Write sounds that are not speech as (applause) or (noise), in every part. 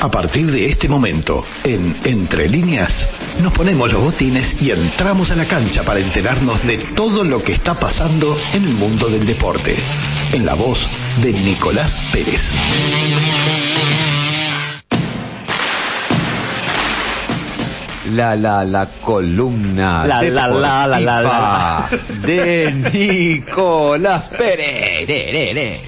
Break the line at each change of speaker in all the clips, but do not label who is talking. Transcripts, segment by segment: A partir de este momento, en Entre Líneas, nos ponemos los botines y entramos a la cancha para enterarnos de todo lo que está pasando en el mundo del deporte. En la voz de Nicolás Pérez.
La la la columna
La, la, la, la, la, la.
deportiva de (laughs) Nicolás Pérez. De, de, de.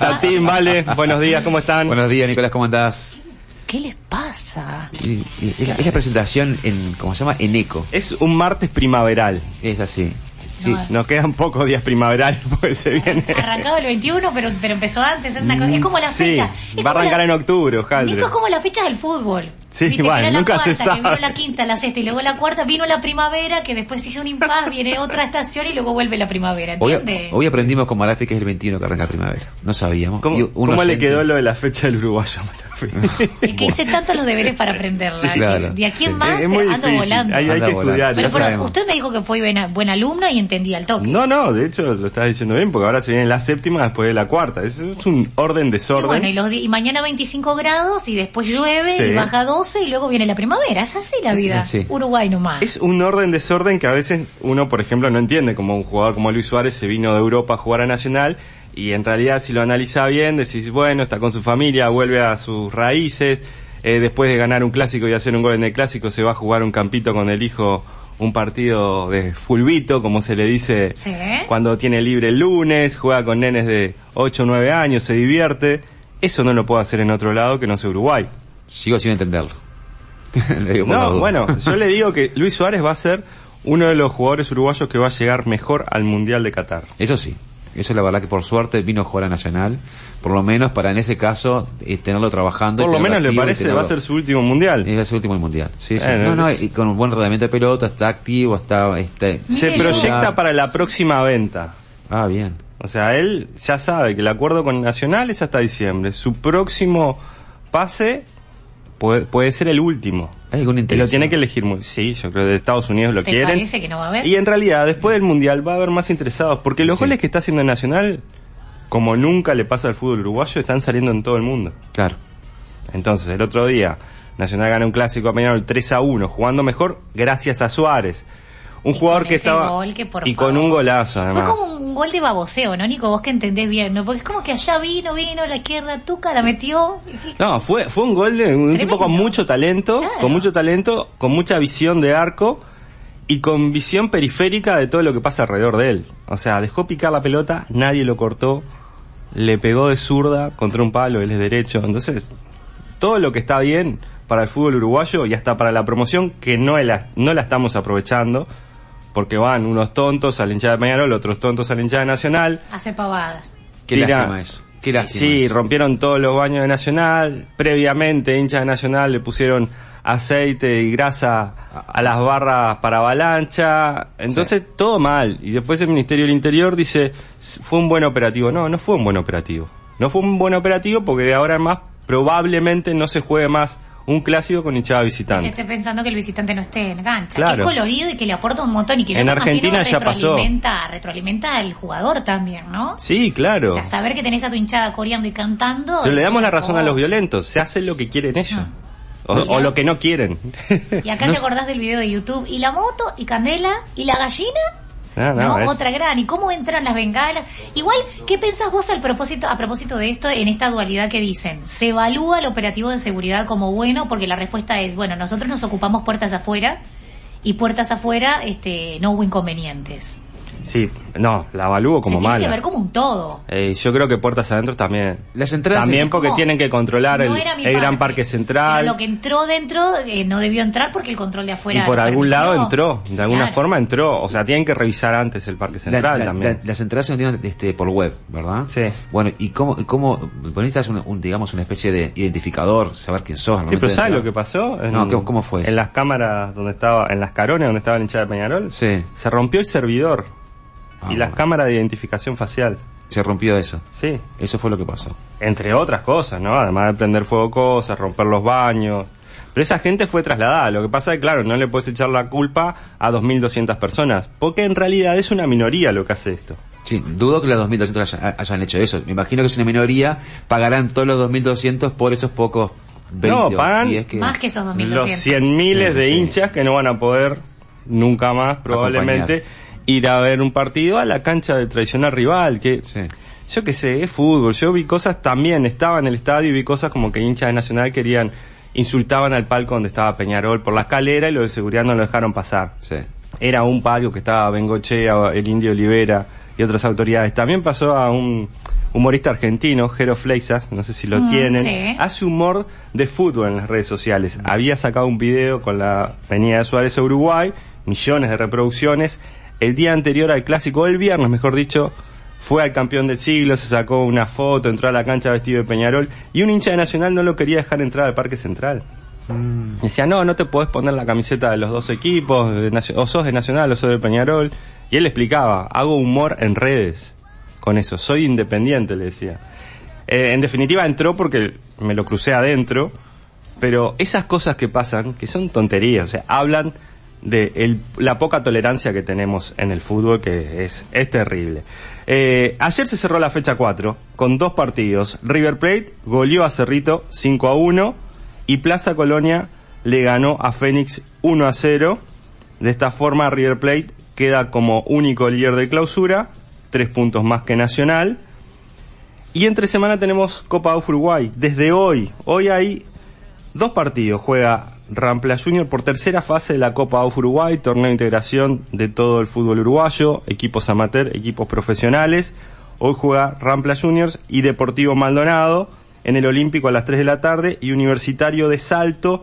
Tatín, Vale, buenos días, ¿cómo
(laughs)
están?
Buenos días Nicolás, ¿cómo andás?
¿Qué les pasa?
Y- y- Es la, es la presentación en, ¿cómo se llama? En eco.
Es un martes primaveral.
Es así.
Sí,
No, eh.
nos quedan pocos días primaverales (laughs) porque se viene.
Arrancado el 21, pero, pero empezó antes. Es, una cosa- es como la
Mm, Sí,
fecha.
va a arrancar en octubre,
Nico,
Jaldre.
es como la fecha del fútbol.
Sí,
Viste,
igual,
que era la
nunca se
cuarta, que
sabe.
Vino la quinta, la sexta y luego la cuarta. Vino la primavera, que después se hizo un impas, viene otra estación y luego vuelve la primavera.
Hoy,
¿Entiendes?
hoy aprendimos con Marafi que es el 21 que arranca primavera. No sabíamos. Y
¿Cómo,
un
cómo le
oyente-
quedó lo de la fecha del uruguayo? Marafi?
Es que hice tanto los deberes para aprenderla.
Sí,
que
claro.
De aquí en
Sí.
(laughs)
más
es muy
ando
difícil.
volando.
Hay, hay
Anda
que
volando.
estudiar.
Bueno,
ya
pero
sabemos.
usted me dijo que fue buena, buena alumna y entendí al toque.
No, no, de hecho lo estás diciendo bien porque ahora se viene la séptima después de la cuarta. Es, es un orden
Y
desorden.
bueno, y, los di- y mañana 25 grados y después llueve
Sí.
y baja 12 y luego viene la primavera. Es así la vida.
así.
Uruguay nomás.
Es un orden desorden que a veces uno, por ejemplo, no entiende, como un jugador como Luis Suárez se vino de Europa a jugar a Nacional y en realidad si lo analiza bien decís, bueno, está con su familia, vuelve a sus raíces, eh, después de ganar un clásico y hacer un gol en el clásico se va a jugar un campito con el hijo, un partido de fulbito, como se le dice
Sí.
cuando tiene libre el lunes, juega con nenes de 8 o 9 años, se divierte. Eso no lo puede hacer en otro lado que no sea Uruguay.
Sigo sin entenderlo. (laughs) Le digo por la
No,
duda.
bueno,
(laughs)
yo le digo que Luis Suárez va a ser uno de los jugadores uruguayos que va a llegar mejor al Mundial de Qatar.
Eso sí. Eso es la verdad que por suerte vino a jugar a Nacional. Por lo menos para en ese caso eh, tenerlo trabajando. y
Por lo
tenerlo
menos le
activo y
parece, va a
tenerlo-
ser su último Mundial.
Ese Es el último del mundial. Sí, sí.
Eh,
No, no,
es-
y con un buen rodamiento de pelota, está activo, está... está
Se
Mírelo.
proyecta para la próxima venta.
Ah, bien.
O sea, él ya sabe que el acuerdo con Nacional es hasta diciembre. Su próximo pase puede, puede ser el último.
¿Hay algún
Y
interés?
lo tiene que elegir muy... Sí, yo creo que de Estados Unidos lo
¿Te
quieren.
parece que no va a haber?
Y en realidad, después del Mundial va a haber más interesados, porque los
Sí.
goles que está haciendo Nacional, como nunca le pasa al fútbol uruguayo, están saliendo en todo el mundo.
Claro.
Entonces, el otro día, Nacional gana un clásico a Peñarol 3 a 1, jugando mejor gracias a Suárez. Un
Y
jugador
con
que
ese
estaba...
gol que, por
y con
favor.
un golazo, además.
Fue como un gol de baboseo, ¿no, Nico? Vos que entendés bien, ¿no? Porque es como que allá vino, vino, la izquierda tuca, la metió.
No, fue, fue un gol de un tipo con mucho talento,
Claro.
con mucho talento, con mucha visión de arco y con visión periférica de todo lo que pasa alrededor de él. O sea, dejó picar la pelota, nadie lo cortó, le pegó de zurda contra un palo, él es derecho. Entonces, todo lo que está bien para el fútbol uruguayo y hasta para la promoción que no la, no la estamos aprovechando. Porque van unos tontos a la hinchada de Peñarol, otros tontos a la hinchada de Nacional.
Hace pavadas.
Qué
Tira.
lástima eso. Qué lástima
Sí,
eso.
rompieron todos los baños de Nacional. Previamente, hinchas de Nacional le pusieron aceite y grasa a las barras para avalancha. Entonces, todo mal. Y después el Ministerio del Interior dice, "S- fue un buen operativo. No, no fue un buen operativo. No fue un buen operativo porque de ahora en más probablemente no se juegue más un clásico con hinchada
Se
visitante.
esté pensando que el visitante no esté en cancha.
Claro.
Que es colorido y que le aporta un montón y que yo
En
me imagino
Argentina ya pasó.
retroalimenta, retroalimenta al jugador también, ¿no?
Sí,
O
claro.
sea, saber que tenés a tu hinchada coreando y cantando.
Pero le
es
damos la
otra
razón a los
cosa.
violentos. Se hacen lo que quieren ellos. O-
Ah. Mira.
o lo que no quieren. (laughs)
Y acá te acordás del video de YouTube. Y la moto, y Candela, y la gallina.
No, Ah, no,
No,
es-
otra gran. ¿Y cómo entran las bengalas? Igual, ¿qué pensás vos al propósito, a propósito de esto, en esta dualidad que dicen? ¿Se evalúa el operativo de seguridad como bueno? Porque la respuesta es, bueno, nosotros nos ocupamos puertas afuera y puertas afuera este, no hubo inconvenientes.
Sí, no, la evalúo como
Se tiene
mala.
que ver como un todo.
Eh, yo creo que puertas adentro también.
Las entradas
también
en-
porque
¿Cómo?
tienen que controlar
No
el,
era mi
el gran
parte.
parque
Pero
central
lo que entró dentro eh, no debió entrar porque el control de
y
afuera.
por
lo
algún
permitió.
lado entró, de alguna
Claro.
forma entró. O sea, tienen que revisar antes el parque
La-
central
la-
también.
la- las entradas se vendieron este, por web, ¿verdad?
Sí.
Bueno, ¿y cómo, y cómo vos necesitas un, un, digamos, una especie de identificador, saber quién sos? al
Sí,
momento
pero
de
¿sabes
entrar?
lo que pasó?
No, ¿cómo- cómo fue
En
eso?
las cámaras donde estaba, en las carones donde estaba el hinchada de Peñarol,
Sí.
se rompió el servidor
Ah,
y las
bueno.
cámaras de identificación facial.
Se rompió eso.
Sí,
Eso fue lo que pasó.
entre otras cosas, ¿no? Además de prender fuego cosas, romper los baños. Pero esa gente fue trasladada. Lo que pasa es que, claro, no le puedes echar la culpa a 2.200 personas, porque en realidad es una minoría lo que hace esto.
Sí, dudo que las 2.200 haya- hayan hecho eso. Me imagino que es una minoría. Pagarán todos los 2.200 por esos pocos
No, pagan
y es que-
Más que esos 2.200.
los cien miles de
Sí.
hinchas que no van a poder nunca más probablemente ir a ver un partido a la cancha del tradicional rival que
Sí.
yo qué sé es fútbol yo vi cosas también estaba en el estadio y vi cosas como que hinchas de Nacional querían insultaban al palco donde estaba Peñarol por la escalera y los de seguridad no lo dejaron pasar
Sí.
era un palco que estaba Bengochea, el Indio Olivera y otras autoridades. También pasó a un humorista argentino, Jero Fleixas, no sé si lo
Mm,
tienen,
sí.
hace humor de fútbol en las redes sociales. Había sacado un video con la Avenida de Suárez a Uruguay, millones de reproducciones. El día anterior al clásico, el viernes mejor dicho, fue al campeón del siglo, se sacó una foto, entró a la cancha vestido de Peñarol y un hincha de Nacional no lo quería dejar entrar al Parque Central. Y Decía, no, no te podés poner la camiseta de los dos equipos, de Nacio- o sos de Nacional o sos de Peñarol. Y él explicaba, hago humor en redes con eso, soy independiente, le decía. Eh, en definitiva entró porque me lo crucé adentro, pero esas cosas que pasan, que son tonterías, o sea, hablan de el- la poca tolerancia que tenemos en el fútbol, que es, es terrible. Eh, ayer se cerró la fecha 4 con dos partidos. River Plate goleó a Cerrito 5 a 1 y Plaza Colonia le ganó a Fénix 1 a 0. De esta forma River Plate queda como único líder de clausura, tres puntos más que Nacional. Y entre semana tenemos Copa UF Uruguay. Desde hoy, hoy hay dos partidos. Juega Rampla Junior por tercera fase de la Copa UF Uruguay, torneo de integración de todo el fútbol uruguayo, equipos amateur, equipos profesionales. Hoy juega Rampla Juniors y Deportivo Maldonado en el Olímpico a las 3 de la tarde y Universitario de Salto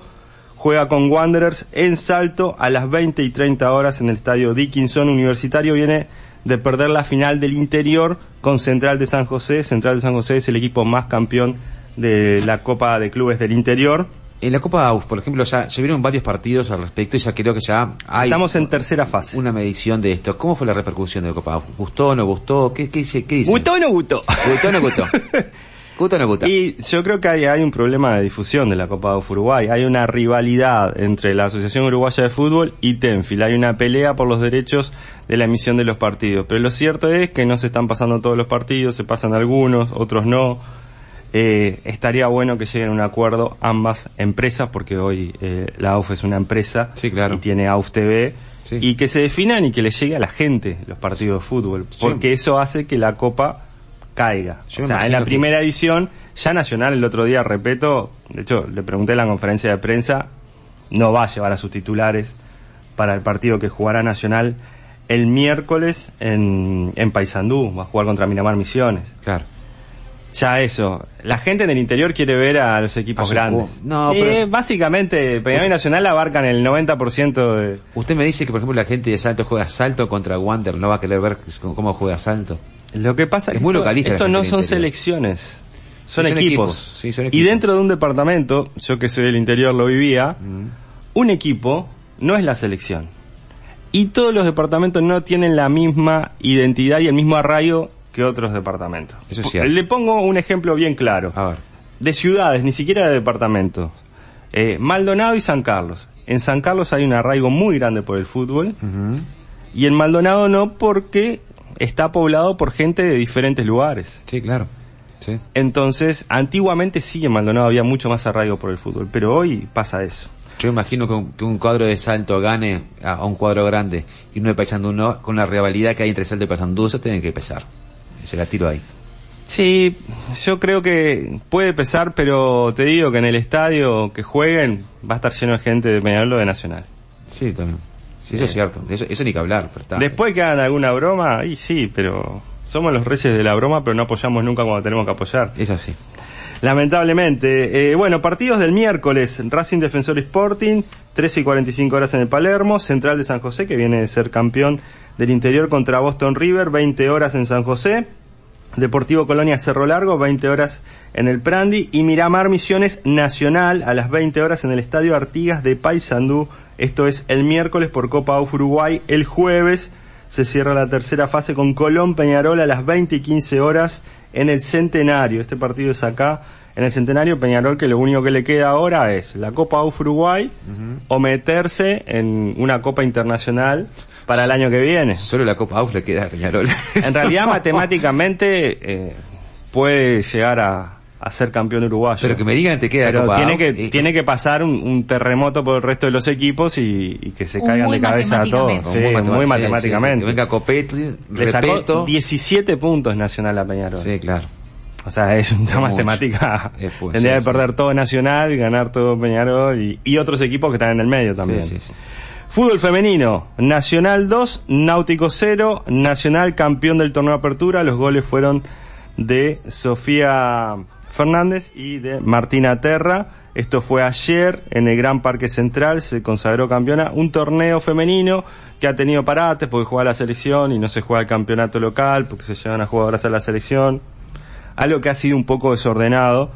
juega con Wanderers en Salto a las 20 y 30 horas en el estadio Dickinson Universitario. Viene de perder la final del interior con Central de San José. Central de San José es el equipo más campeón de la Copa de Clubes del Interior.
En la Copa AUF, por ejemplo, ya se vieron varios partidos al respecto y ya creo que ya hay
Estamos en tercera fase.
una medición de esto. ¿Cómo fue la repercusión de la Copa AUF? ¿Gustó o no gustó? ¿Qué, qué, dice- qué dice?
¿Gustó o no gustó?
¿Gustó o no
(laughs)
gustó? ¿Gustó o no gustó?
Y yo creo que hay, hay un problema de difusión de la Copa de Uruguay. Hay una rivalidad entre la Asociación Uruguaya de Fútbol y Tenfield. Hay una pelea por los derechos de la emisión de los partidos. Pero lo cierto es que no se están pasando todos los partidos, se pasan algunos, otros no. Eh, estaría bueno que lleguen a un acuerdo ambas empresas, porque hoy eh, la AUF es una empresa
Sí, claro.
y tiene AUF TV.
Sí.
Y que se definan y que les llegue a la gente los partidos de fútbol, porque eso hace que la copa caiga.
Yo
o
me
sea, en
imagino
la
que-
primera edición, ya Nacional el otro día, repito, de hecho, le pregunté en la conferencia de prensa, no va a llevar a sus titulares para el partido que jugará Nacional el miércoles en, en Paysandú, va a jugar contra Miramar Misiones.
Claro.
Ya eso, la gente en el interior quiere ver a los
A
equipos
su-
grandes.
Ah, No,
Y,
pero-
eh, básicamente, Peñarol y Nacional abarcan el 90% de...
Usted me dice que, por ejemplo, la gente de Salto juega Salto contra Wander, no va a querer ver cómo juega Salto.
Lo que pasa
Es
es que
muy
esto-
localista la
esto
gente
no
del
son
interior.
selecciones,
son
son, equipos.
equipos, sí, son
Y
equipos.
dentro de un departamento, yo que soy del interior lo vivía,
Mm.
un equipo no es la selección. Y todos los departamentos no tienen la misma identidad y el mismo arraigo que otros departamentos.
Eso es
Po-
cierto.
Le pongo un ejemplo bien claro.
A ver.
De ciudades, ni siquiera de departamentos. Eh, Maldonado y San Carlos. En San Carlos hay un arraigo muy grande por el fútbol. Y en Maldonado no porque está poblado por gente de diferentes lugares.
Sí, claro. Sí.
Entonces, antiguamente sí en Maldonado había mucho más arraigo por el fútbol, pero hoy pasa eso.
Yo imagino que un, que un cuadro de Salto gane a, a un cuadro grande y uno de Paysandú no, con la rivalidad que hay entre Salto y Paysandú, eso tiene que pesar. Se la tiro ahí.
Sí, yo creo que puede pesar, pero te digo que en el estadio que jueguen va a estar lleno de gente de Peñarol o de Nacional.
Sí, también. Sí, eso es cierto. Eso, eso ni que hablar, pero está.
Después que hagan alguna broma, y sí, pero somos los reyes de la broma, pero no apoyamos nunca cuando tenemos que apoyar.
Es así.
Lamentablemente. Eh, bueno, partidos del miércoles. Racing Defensor Sporting, 13 y 45 horas en el Palermo. Central de San José, que viene de ser campeón del interior contra Boston River, 20 horas en San José. Deportivo Colonia Cerro Largo, 20 horas en el Prandi. Y Miramar Misiones Nacional, a las 20 horas en el Estadio Artigas de Paysandú. Esto es el miércoles por Copa UF Uruguay. El jueves se cierra la tercera fase con Colón Peñarol a las 20 y 15 horas en el Centenario. Este partido es acá en el Centenario Peñarol que lo único que le queda ahora es la Copa UF Uruguay o meterse en una Copa Internacional para el año que viene.
Solo la Copa AUF le queda a Peñarol.
En realidad matemáticamente eh, puede llegar a, a ser campeón uruguayo.
(laughs) Pero que me digan que te queda
Pero
Copa
tiene
Dav-
que,
eh,
tiene que pasar un, un terremoto por el resto de los equipos y, y que se
Un
caigan
muy
de cabeza a todos.
matemáticamente.
Sí, muy,
matema- sí, sí, sí,
matemáticamente.
que venga Copete,
Le sacó
respeto.
17 puntos Nacional a Peñarol.
Sí, claro.
O sea, es una
mucho.
matemática.
Es mucho, sí,
Tendría que perder todo Nacional, ganar todo Peñarol y, y otros equipos que están en el medio también.
Sí, sí, sí.
Fútbol femenino, Nacional 2, Náutico 0, Nacional campeón del torneo de apertura, los goles fueron de Sofía Fernández y de Martina Terra. Esto fue ayer en el Gran Parque Central, se consagró campeona, un torneo femenino que ha tenido parates porque juega la selección y no se juega el campeonato local porque se llevan a jugadoras a la selección. Algo que ha sido un poco desordenado.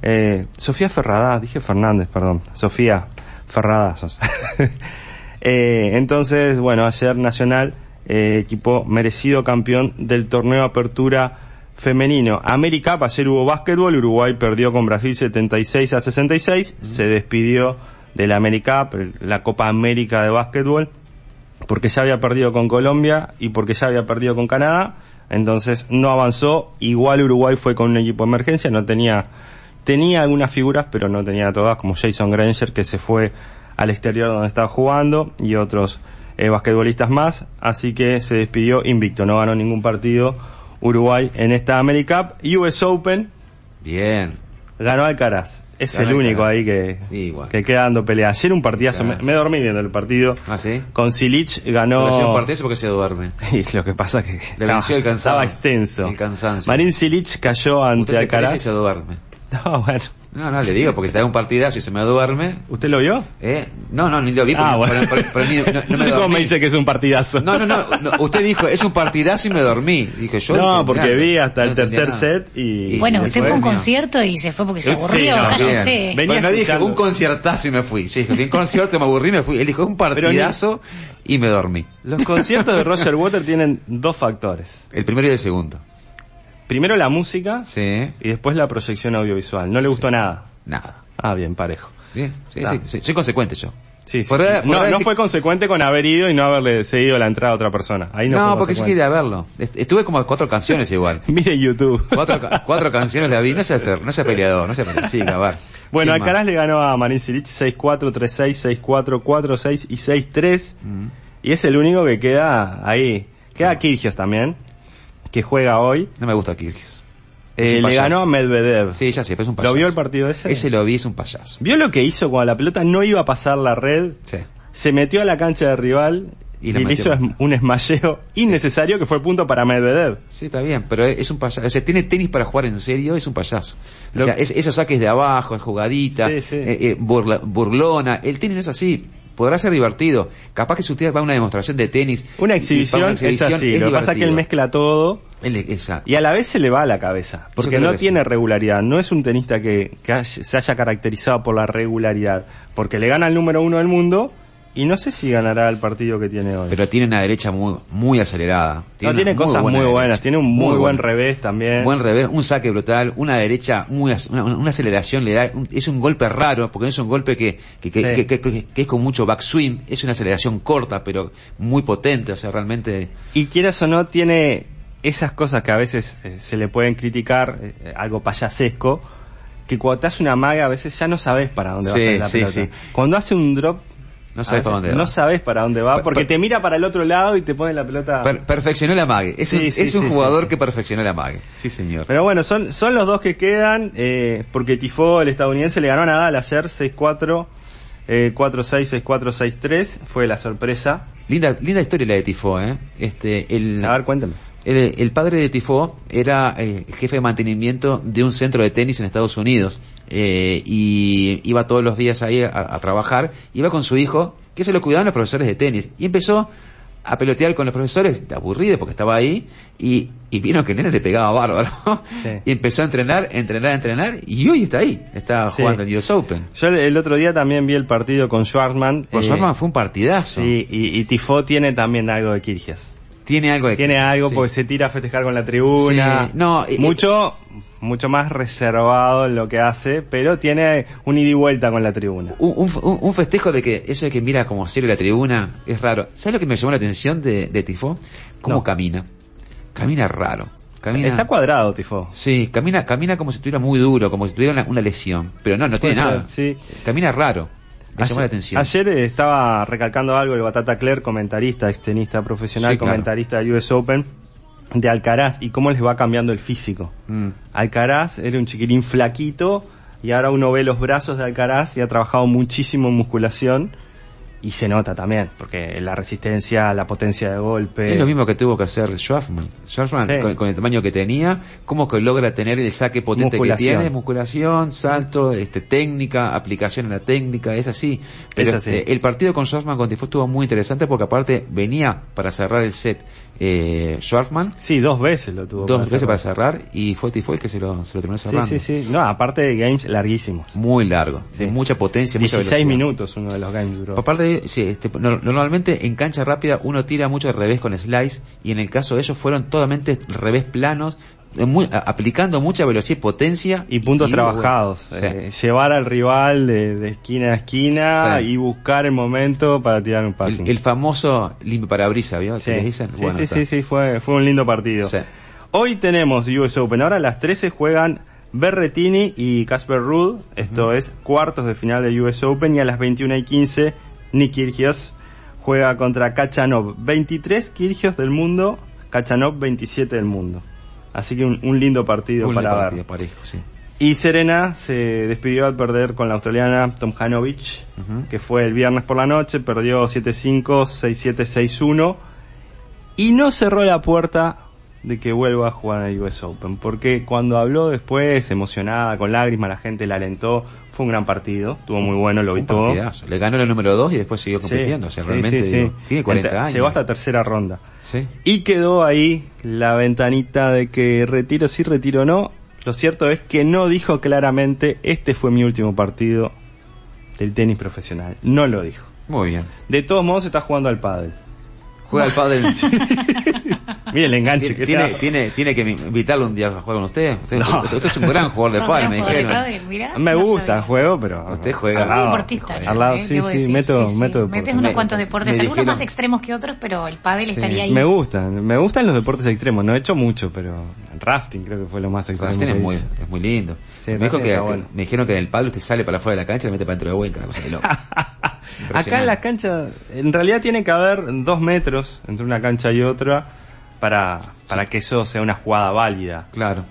Eh, Sofía Ferradas, dije Fernández, perdón. Sofía Ferradas. o sea. (laughs) Eh, entonces, bueno, ayer Nacional, eh, equipo merecido campeón del torneo Apertura Femenino. América, ayer hubo básquetbol, Uruguay perdió con Brasil 76 a 66, se despidió de la América, la Copa América de básquetbol porque ya había perdido con Colombia y porque ya había perdido con Canadá, entonces no avanzó, igual Uruguay fue con un equipo de emergencia, no tenía, tenía algunas figuras, pero no tenía todas, como Jason Granger que se fue al exterior donde estaba jugando y otros eh, basquetbolistas más, así que se despidió invicto, no ganó ningún partido Uruguay en esta America Cup, US Open
Bien.
ganó Alcaraz, es
Ganó
el único
Alcaraz.
ahí que,
Y bueno.
que queda dando pelea, ayer un partidazo, me,
Alcaraz.
me dormí viendo el partido.
Ah, sí.
Con Silic ganó...
No. hacía un partido porque se duerme.
(laughs) Y lo que pasa que
Le venció el cansancio.
estaba extenso.
El cansancio.
Marín Silic cayó ante
Usted se parece y se
Alcaraz.
duerme.
(laughs) No, bueno.
No, no, le digo, porque si da un partidazo y se me duerme,
¿Usted lo vio?
¿eh? No, no, ni lo vi,
ah,
porque-
bueno.
pero- pero- pero ni- no-
(laughs)
no, me
Entonces, ¿cómo
dormí.
me dice que es un partidazo?
No, no, no, no, usted dijo, es un partidazo y me dormí. Dije yo.
No,
entendí
porque
nada.
vi hasta el
entendí
tercer
nada.
set y-
Bueno,
sí,
usted fue
fue
a un
mío.
concierto y se fue porque se
Sí,
aburrió, (laughs)
no,
Bien.
cállese.
Venía
Bueno, no dije
escuchando.
un conciertazo y me fui. Sí, dije, un concierto, me aburrí y me fui. Él dijo, un partidazo y me dormí.
Los conciertos de Roger Water tienen dos factores.
El primero y el segundo.
Primero la música
Sí.
y después la proyección audiovisual. No le gustó nada.
Nada.
Ah, bien, parejo.
Bien, sí,
Está.
sí, sí. Soy consecuente yo.
Sí, sí,
Por
sí.
ahora- por
no,
ahora
no
sí-
fue consecuente con haber ido y no haberle cedido la entrada a otra persona. Ahí no,
No,
fue
porque yo
consecuente.
quería verlo. Est- Estuve como a cuatro canciones igual.
(laughs) Mire YouTube.
Cuatro, ca- cuatro canciones la vi. No sé hacer, no sé peleador, no sé peleador. Sí, grabar.
Bueno,
¿Quién más?
Alcaraz le ganó a Marín Cilic 6-4, 3-6, 6-4, 4-6 y 6-3. Y es el único que queda ahí. Queda Kirgios también, que juega hoy.
No me gusta Kirgios. Es
Eh,
un
le
payaso.
ganó a Medvedev.
Sí, ya sé, pero es un
Ah. ¿Lo
payaso.
vio el partido ese?
Ese lo vi, es un payaso.
¿Vio lo que hizo cuando la pelota no iba a pasar la red?
Sí.
Se metió a la cancha del rival
Y
y,
la
le
metió.
hizo es- un esmalleo innecesario que fue punto para Medvedev.
Sí, está bien, pero es un payaso. O sea, tiene tenis para jugar en serio, es un payaso. O
Lo-
sea, es- esos saques de abajo, jugadita,
Sí, sí.
eh, eh, burla- burlona. El tenis no es así. Podrá ser divertido. Capaz que si usted va a una demostración de tenis.
Una
y- y
exhibición,
para una
es así.
es
lo que pasa es que él
divertido.
mezcla todo.
Él es- exacto.
Y a la vez se le va a la cabeza, porque
creo
no
que
tiene
sí.
regularidad, no es un tenista que, que haya- se haya caracterizado por la regularidad, porque le gana el número uno del mundo y no sé si ganará el partido que tiene hoy.
Pero tiene una derecha muy, muy acelerada.
no,
una
tiene cosas muy
buena
buenas,
derecha.
tiene un muy, buen
buena.
revés también.
Buen revés, un saque brutal, una derecha, muy ac- una, una- una aceleración le da, un- es un golpe raro, porque es un golpe que, que, que,
Sí.
que- que- que es con mucho backswing, es una aceleración corta, pero muy potente, o sea, realmente...
Y quieras o no, tiene esas cosas que a veces eh, se le pueden criticar, eh, eh, algo payasesco, que cuando te hace una maga a veces ya no sabes para dónde va a
Sí,
ser la
sí,
pelota.
sí.
Cuando hace un drop...
No
a
sabes
veces
para dónde
No
va.
sabes para dónde va,
Per-
porque
per-
te mira para el otro lado y te pone la pelota...
per- perfeccionó la mague, es un,
Ah. Sí, sí,
es un
sí,
jugador
sí.
que perfeccionó la mague. Sí, señor.
Pero bueno, son, son los dos que quedan, eh, porque Tifó, el estadounidense, le ganó a Nadal ayer 6-4, eh, 4-6, 6-4, 6-3, fue la sorpresa.
Linda, linda historia la de Tifó, eh. Este, el,
A ver, cuéntame.
El, el padre de Tifó era eh, jefe de mantenimiento de un centro de tenis en Estados Unidos eh, y iba todos los días ahí a, a trabajar, iba con su hijo, que se lo cuidaban los profesores de tenis, y empezó a pelotear con los profesores, aburrido porque estaba ahí, y, y vieron que el nene le pegaba bárbaro, (laughs)
Sí.
y empezó a entrenar, entrenar, entrenar, y hoy está ahí, está
Sí.
jugando el US Open.
Yo el- el otro día también vi el partido con Schwartzman.
Por
eh,
su arma fue un partidazo,
Sí, y, y Tifó tiene también algo de Kirgias.
tiene algo de...
Tiene algo
sí.
porque se tira a festejar con la tribuna.
Sí, no, y-
mucho, mucho más reservado en lo que hace, pero tiene un ida y vuelta con la tribuna.
un, un- un- un festejo de que eso de que mira como cielo la tribuna es raro. ¿Sabes lo que me llamó la atención de, de Tifó? Cómo
No.
camina. Camina raro. Camina.
Está cuadrado, Tifo.
Sí, camina, camina como si estuviera muy duro, como si tuviera una, una lesión. Pero no, no tiene
Puede ser,
nada.
sí.
Camina raro. Me
Ayer-
llamó la atención.
Ayer eh, estaba recalcando algo el Batata Claire, comentarista, extenista profesional,
Sí, claro.
comentarista del US Open, de Alcaraz y cómo les va cambiando el físico.
Mm.
Alcaraz era un chiquirín flaquito y ahora uno ve los brazos de Alcaraz y ha trabajado muchísimo en musculación y se nota también, porque la resistencia, la potencia de golpe.
Es lo mismo que tuvo que hacer Schwarzman. Schwarzman,
Sí.
con, con el tamaño que tenía, cómo que logra tener el saque potente que
Musculación.
tiene, musculación, salto, este, técnica, aplicación a la técnica, es así. Pero
Es así.
eh, el partido con Schwarzman con Tifo estuvo muy interesante porque aparte venía para cerrar el set eh, Schwarzman,
Sí, dos veces lo tuvo.
dos
para
veces
hacer.
para cerrar y fue Tifo el que se lo, se lo terminó cerrando.
Sí, sí, sí. No, aparte de games larguísimos.
Muy largo, de mucha potencia, mucha
16
velocidad.
minutos uno de los games duró.
Aparte, sí, este, no- normalmente en cancha rápida uno tira mucho al revés con slice y en el caso de ellos fueron totalmente revés planos, eh, muy- a- aplicando mucha velocidad y potencia.
Y puntos
bueno,
trabajados.
sí.
eh, llevar al rival de, de esquina a esquina
Sí.
y buscar el momento para tirar un pase.
el, el famoso limpio parabrisas, ¿vio?
sí.
Que les dicen.
Sí,
Bueno,
sí,
está.
sí, sí, fue, fue un lindo partido.
Sí.
Hoy tenemos US Open. Ahora a las 13 juegan Berretini y Casper Ruud. Esto es cuartos de final de US Open. Y a las 21 y 15, Nick Kyrgios juega contra Kachanov. 23 Kyrgios del mundo, Kachanov 27 del mundo. Así que un, un lindo partido
Un
para
lindo
ver.
partido, parejo, sí.
Y Serena se despidió al perder con la australiana Tomjanovic, que fue el viernes por la noche, perdió 7-5, 6-7, 6-1. Y no cerró la puerta de que vuelva a jugar en el US Open, porque cuando habló después, emocionada, con lágrimas, la gente la alentó, fue un gran partido, estuvo muy bueno, lo vi
Un
todo.
partidazo. Le ganó el número 2 y después siguió
Sí,
compitiendo. o sea,
sí,
realmente
sí, sí.
digo, tiene 40
Entra-
años.
Llegó hasta tercera ronda.
Sí.
Y quedó ahí la ventanita de que retiro sí, retiro no. Lo cierto es que no dijo claramente, este fue mi último partido del tenis profesional. No lo dijo.
Muy bien.
De todos modos está jugando al pádel.
Juega al
(laughs)
pádel.
Mire el enganche
Tiene,
que
tiene,
está.
tiene, tiene que invitarlo un día a jugar con usted. Usted,
No.
usted- usted es un gran jugador de
Sos
pádel,
gran
me
jugador de
dijeron.
pádel, eh, mirá,
Me
no
gusta el
sabía.
juego, pero...
Usted juega.
Sos
al
muy
lado.
deportista,
Al lado,
eh,
sí,
debo
sí,
decir,
meto,
sí, sí.
meto
Metes
deporte.
unos cuantos deportes,
me
algunos
dijeron-
más extremos que otros, pero el pádel estaría ahí.
Me gustan, me gustan los deportes extremos, no he hecho mucho, pero rafting creo que fue lo más extremo.
Rafting
que
es muy,
hice.
es muy lindo.
Sí,
me, dijo
Rafting
que,
está
que-
bueno.
me dijeron que en el palo usted sale para afuera de la cancha y le mete para dentro de vuelta, una cosa de
(laughs)
loco.
Acá en la cancha, en realidad tiene que haber dos metros entre una cancha y otra para, para que eso sea una jugada válida.
Claro.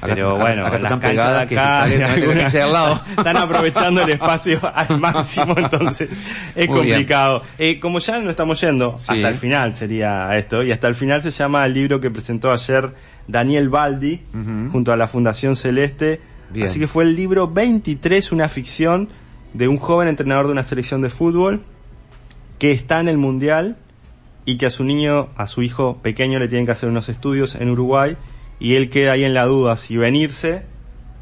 Acá-
Pero
acá-
bueno,
acá
en las
están
canchas
pegadas
(laughs) de
que se
acá,
sale
en
directamente de la
algunas-
cancha de al
(laughs)
lado.
Están aprovechando el espacio (laughs) al máximo,
(laughs)
entonces es
Muy bien.
complicado. Eh, como ya no estamos yendo,
Sí.
hasta el final sería esto, y hasta el final se llama el libro que presentó ayer Daniel Baldi,
Ujú.
junto a la Fundación Celeste.
Bien.
Así que fue el libro 23, una ficción de un joven entrenador de una selección de fútbol que está en el mundial y que a su niño, a su hijo pequeño le tienen que hacer unos estudios en Uruguay y él queda ahí en la duda si venirse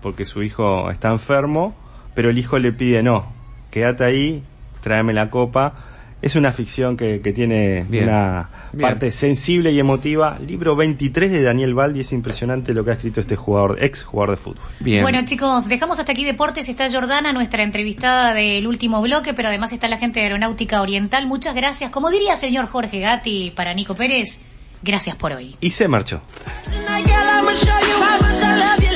porque su hijo está enfermo, pero el hijo le pide no, quédate ahí, tráeme la copa. Es una ficción que, que tiene
Bien.
una
Bien.
parte sensible y emotiva. Libro 23 de Daniel Baldi, es impresionante lo que ha escrito este jugador, ex jugador de fútbol.
Bien.
Bueno chicos, dejamos hasta aquí Deportes, está Jordana, nuestra entrevistada del último bloque, pero además está la gente de Aeronáutica Oriental. Muchas gracias. Como diría señor Jorge Gatti para Nico Pérez, gracias por hoy.
Y se marchó.
Tonight, girl, I'ma show you how much I love you.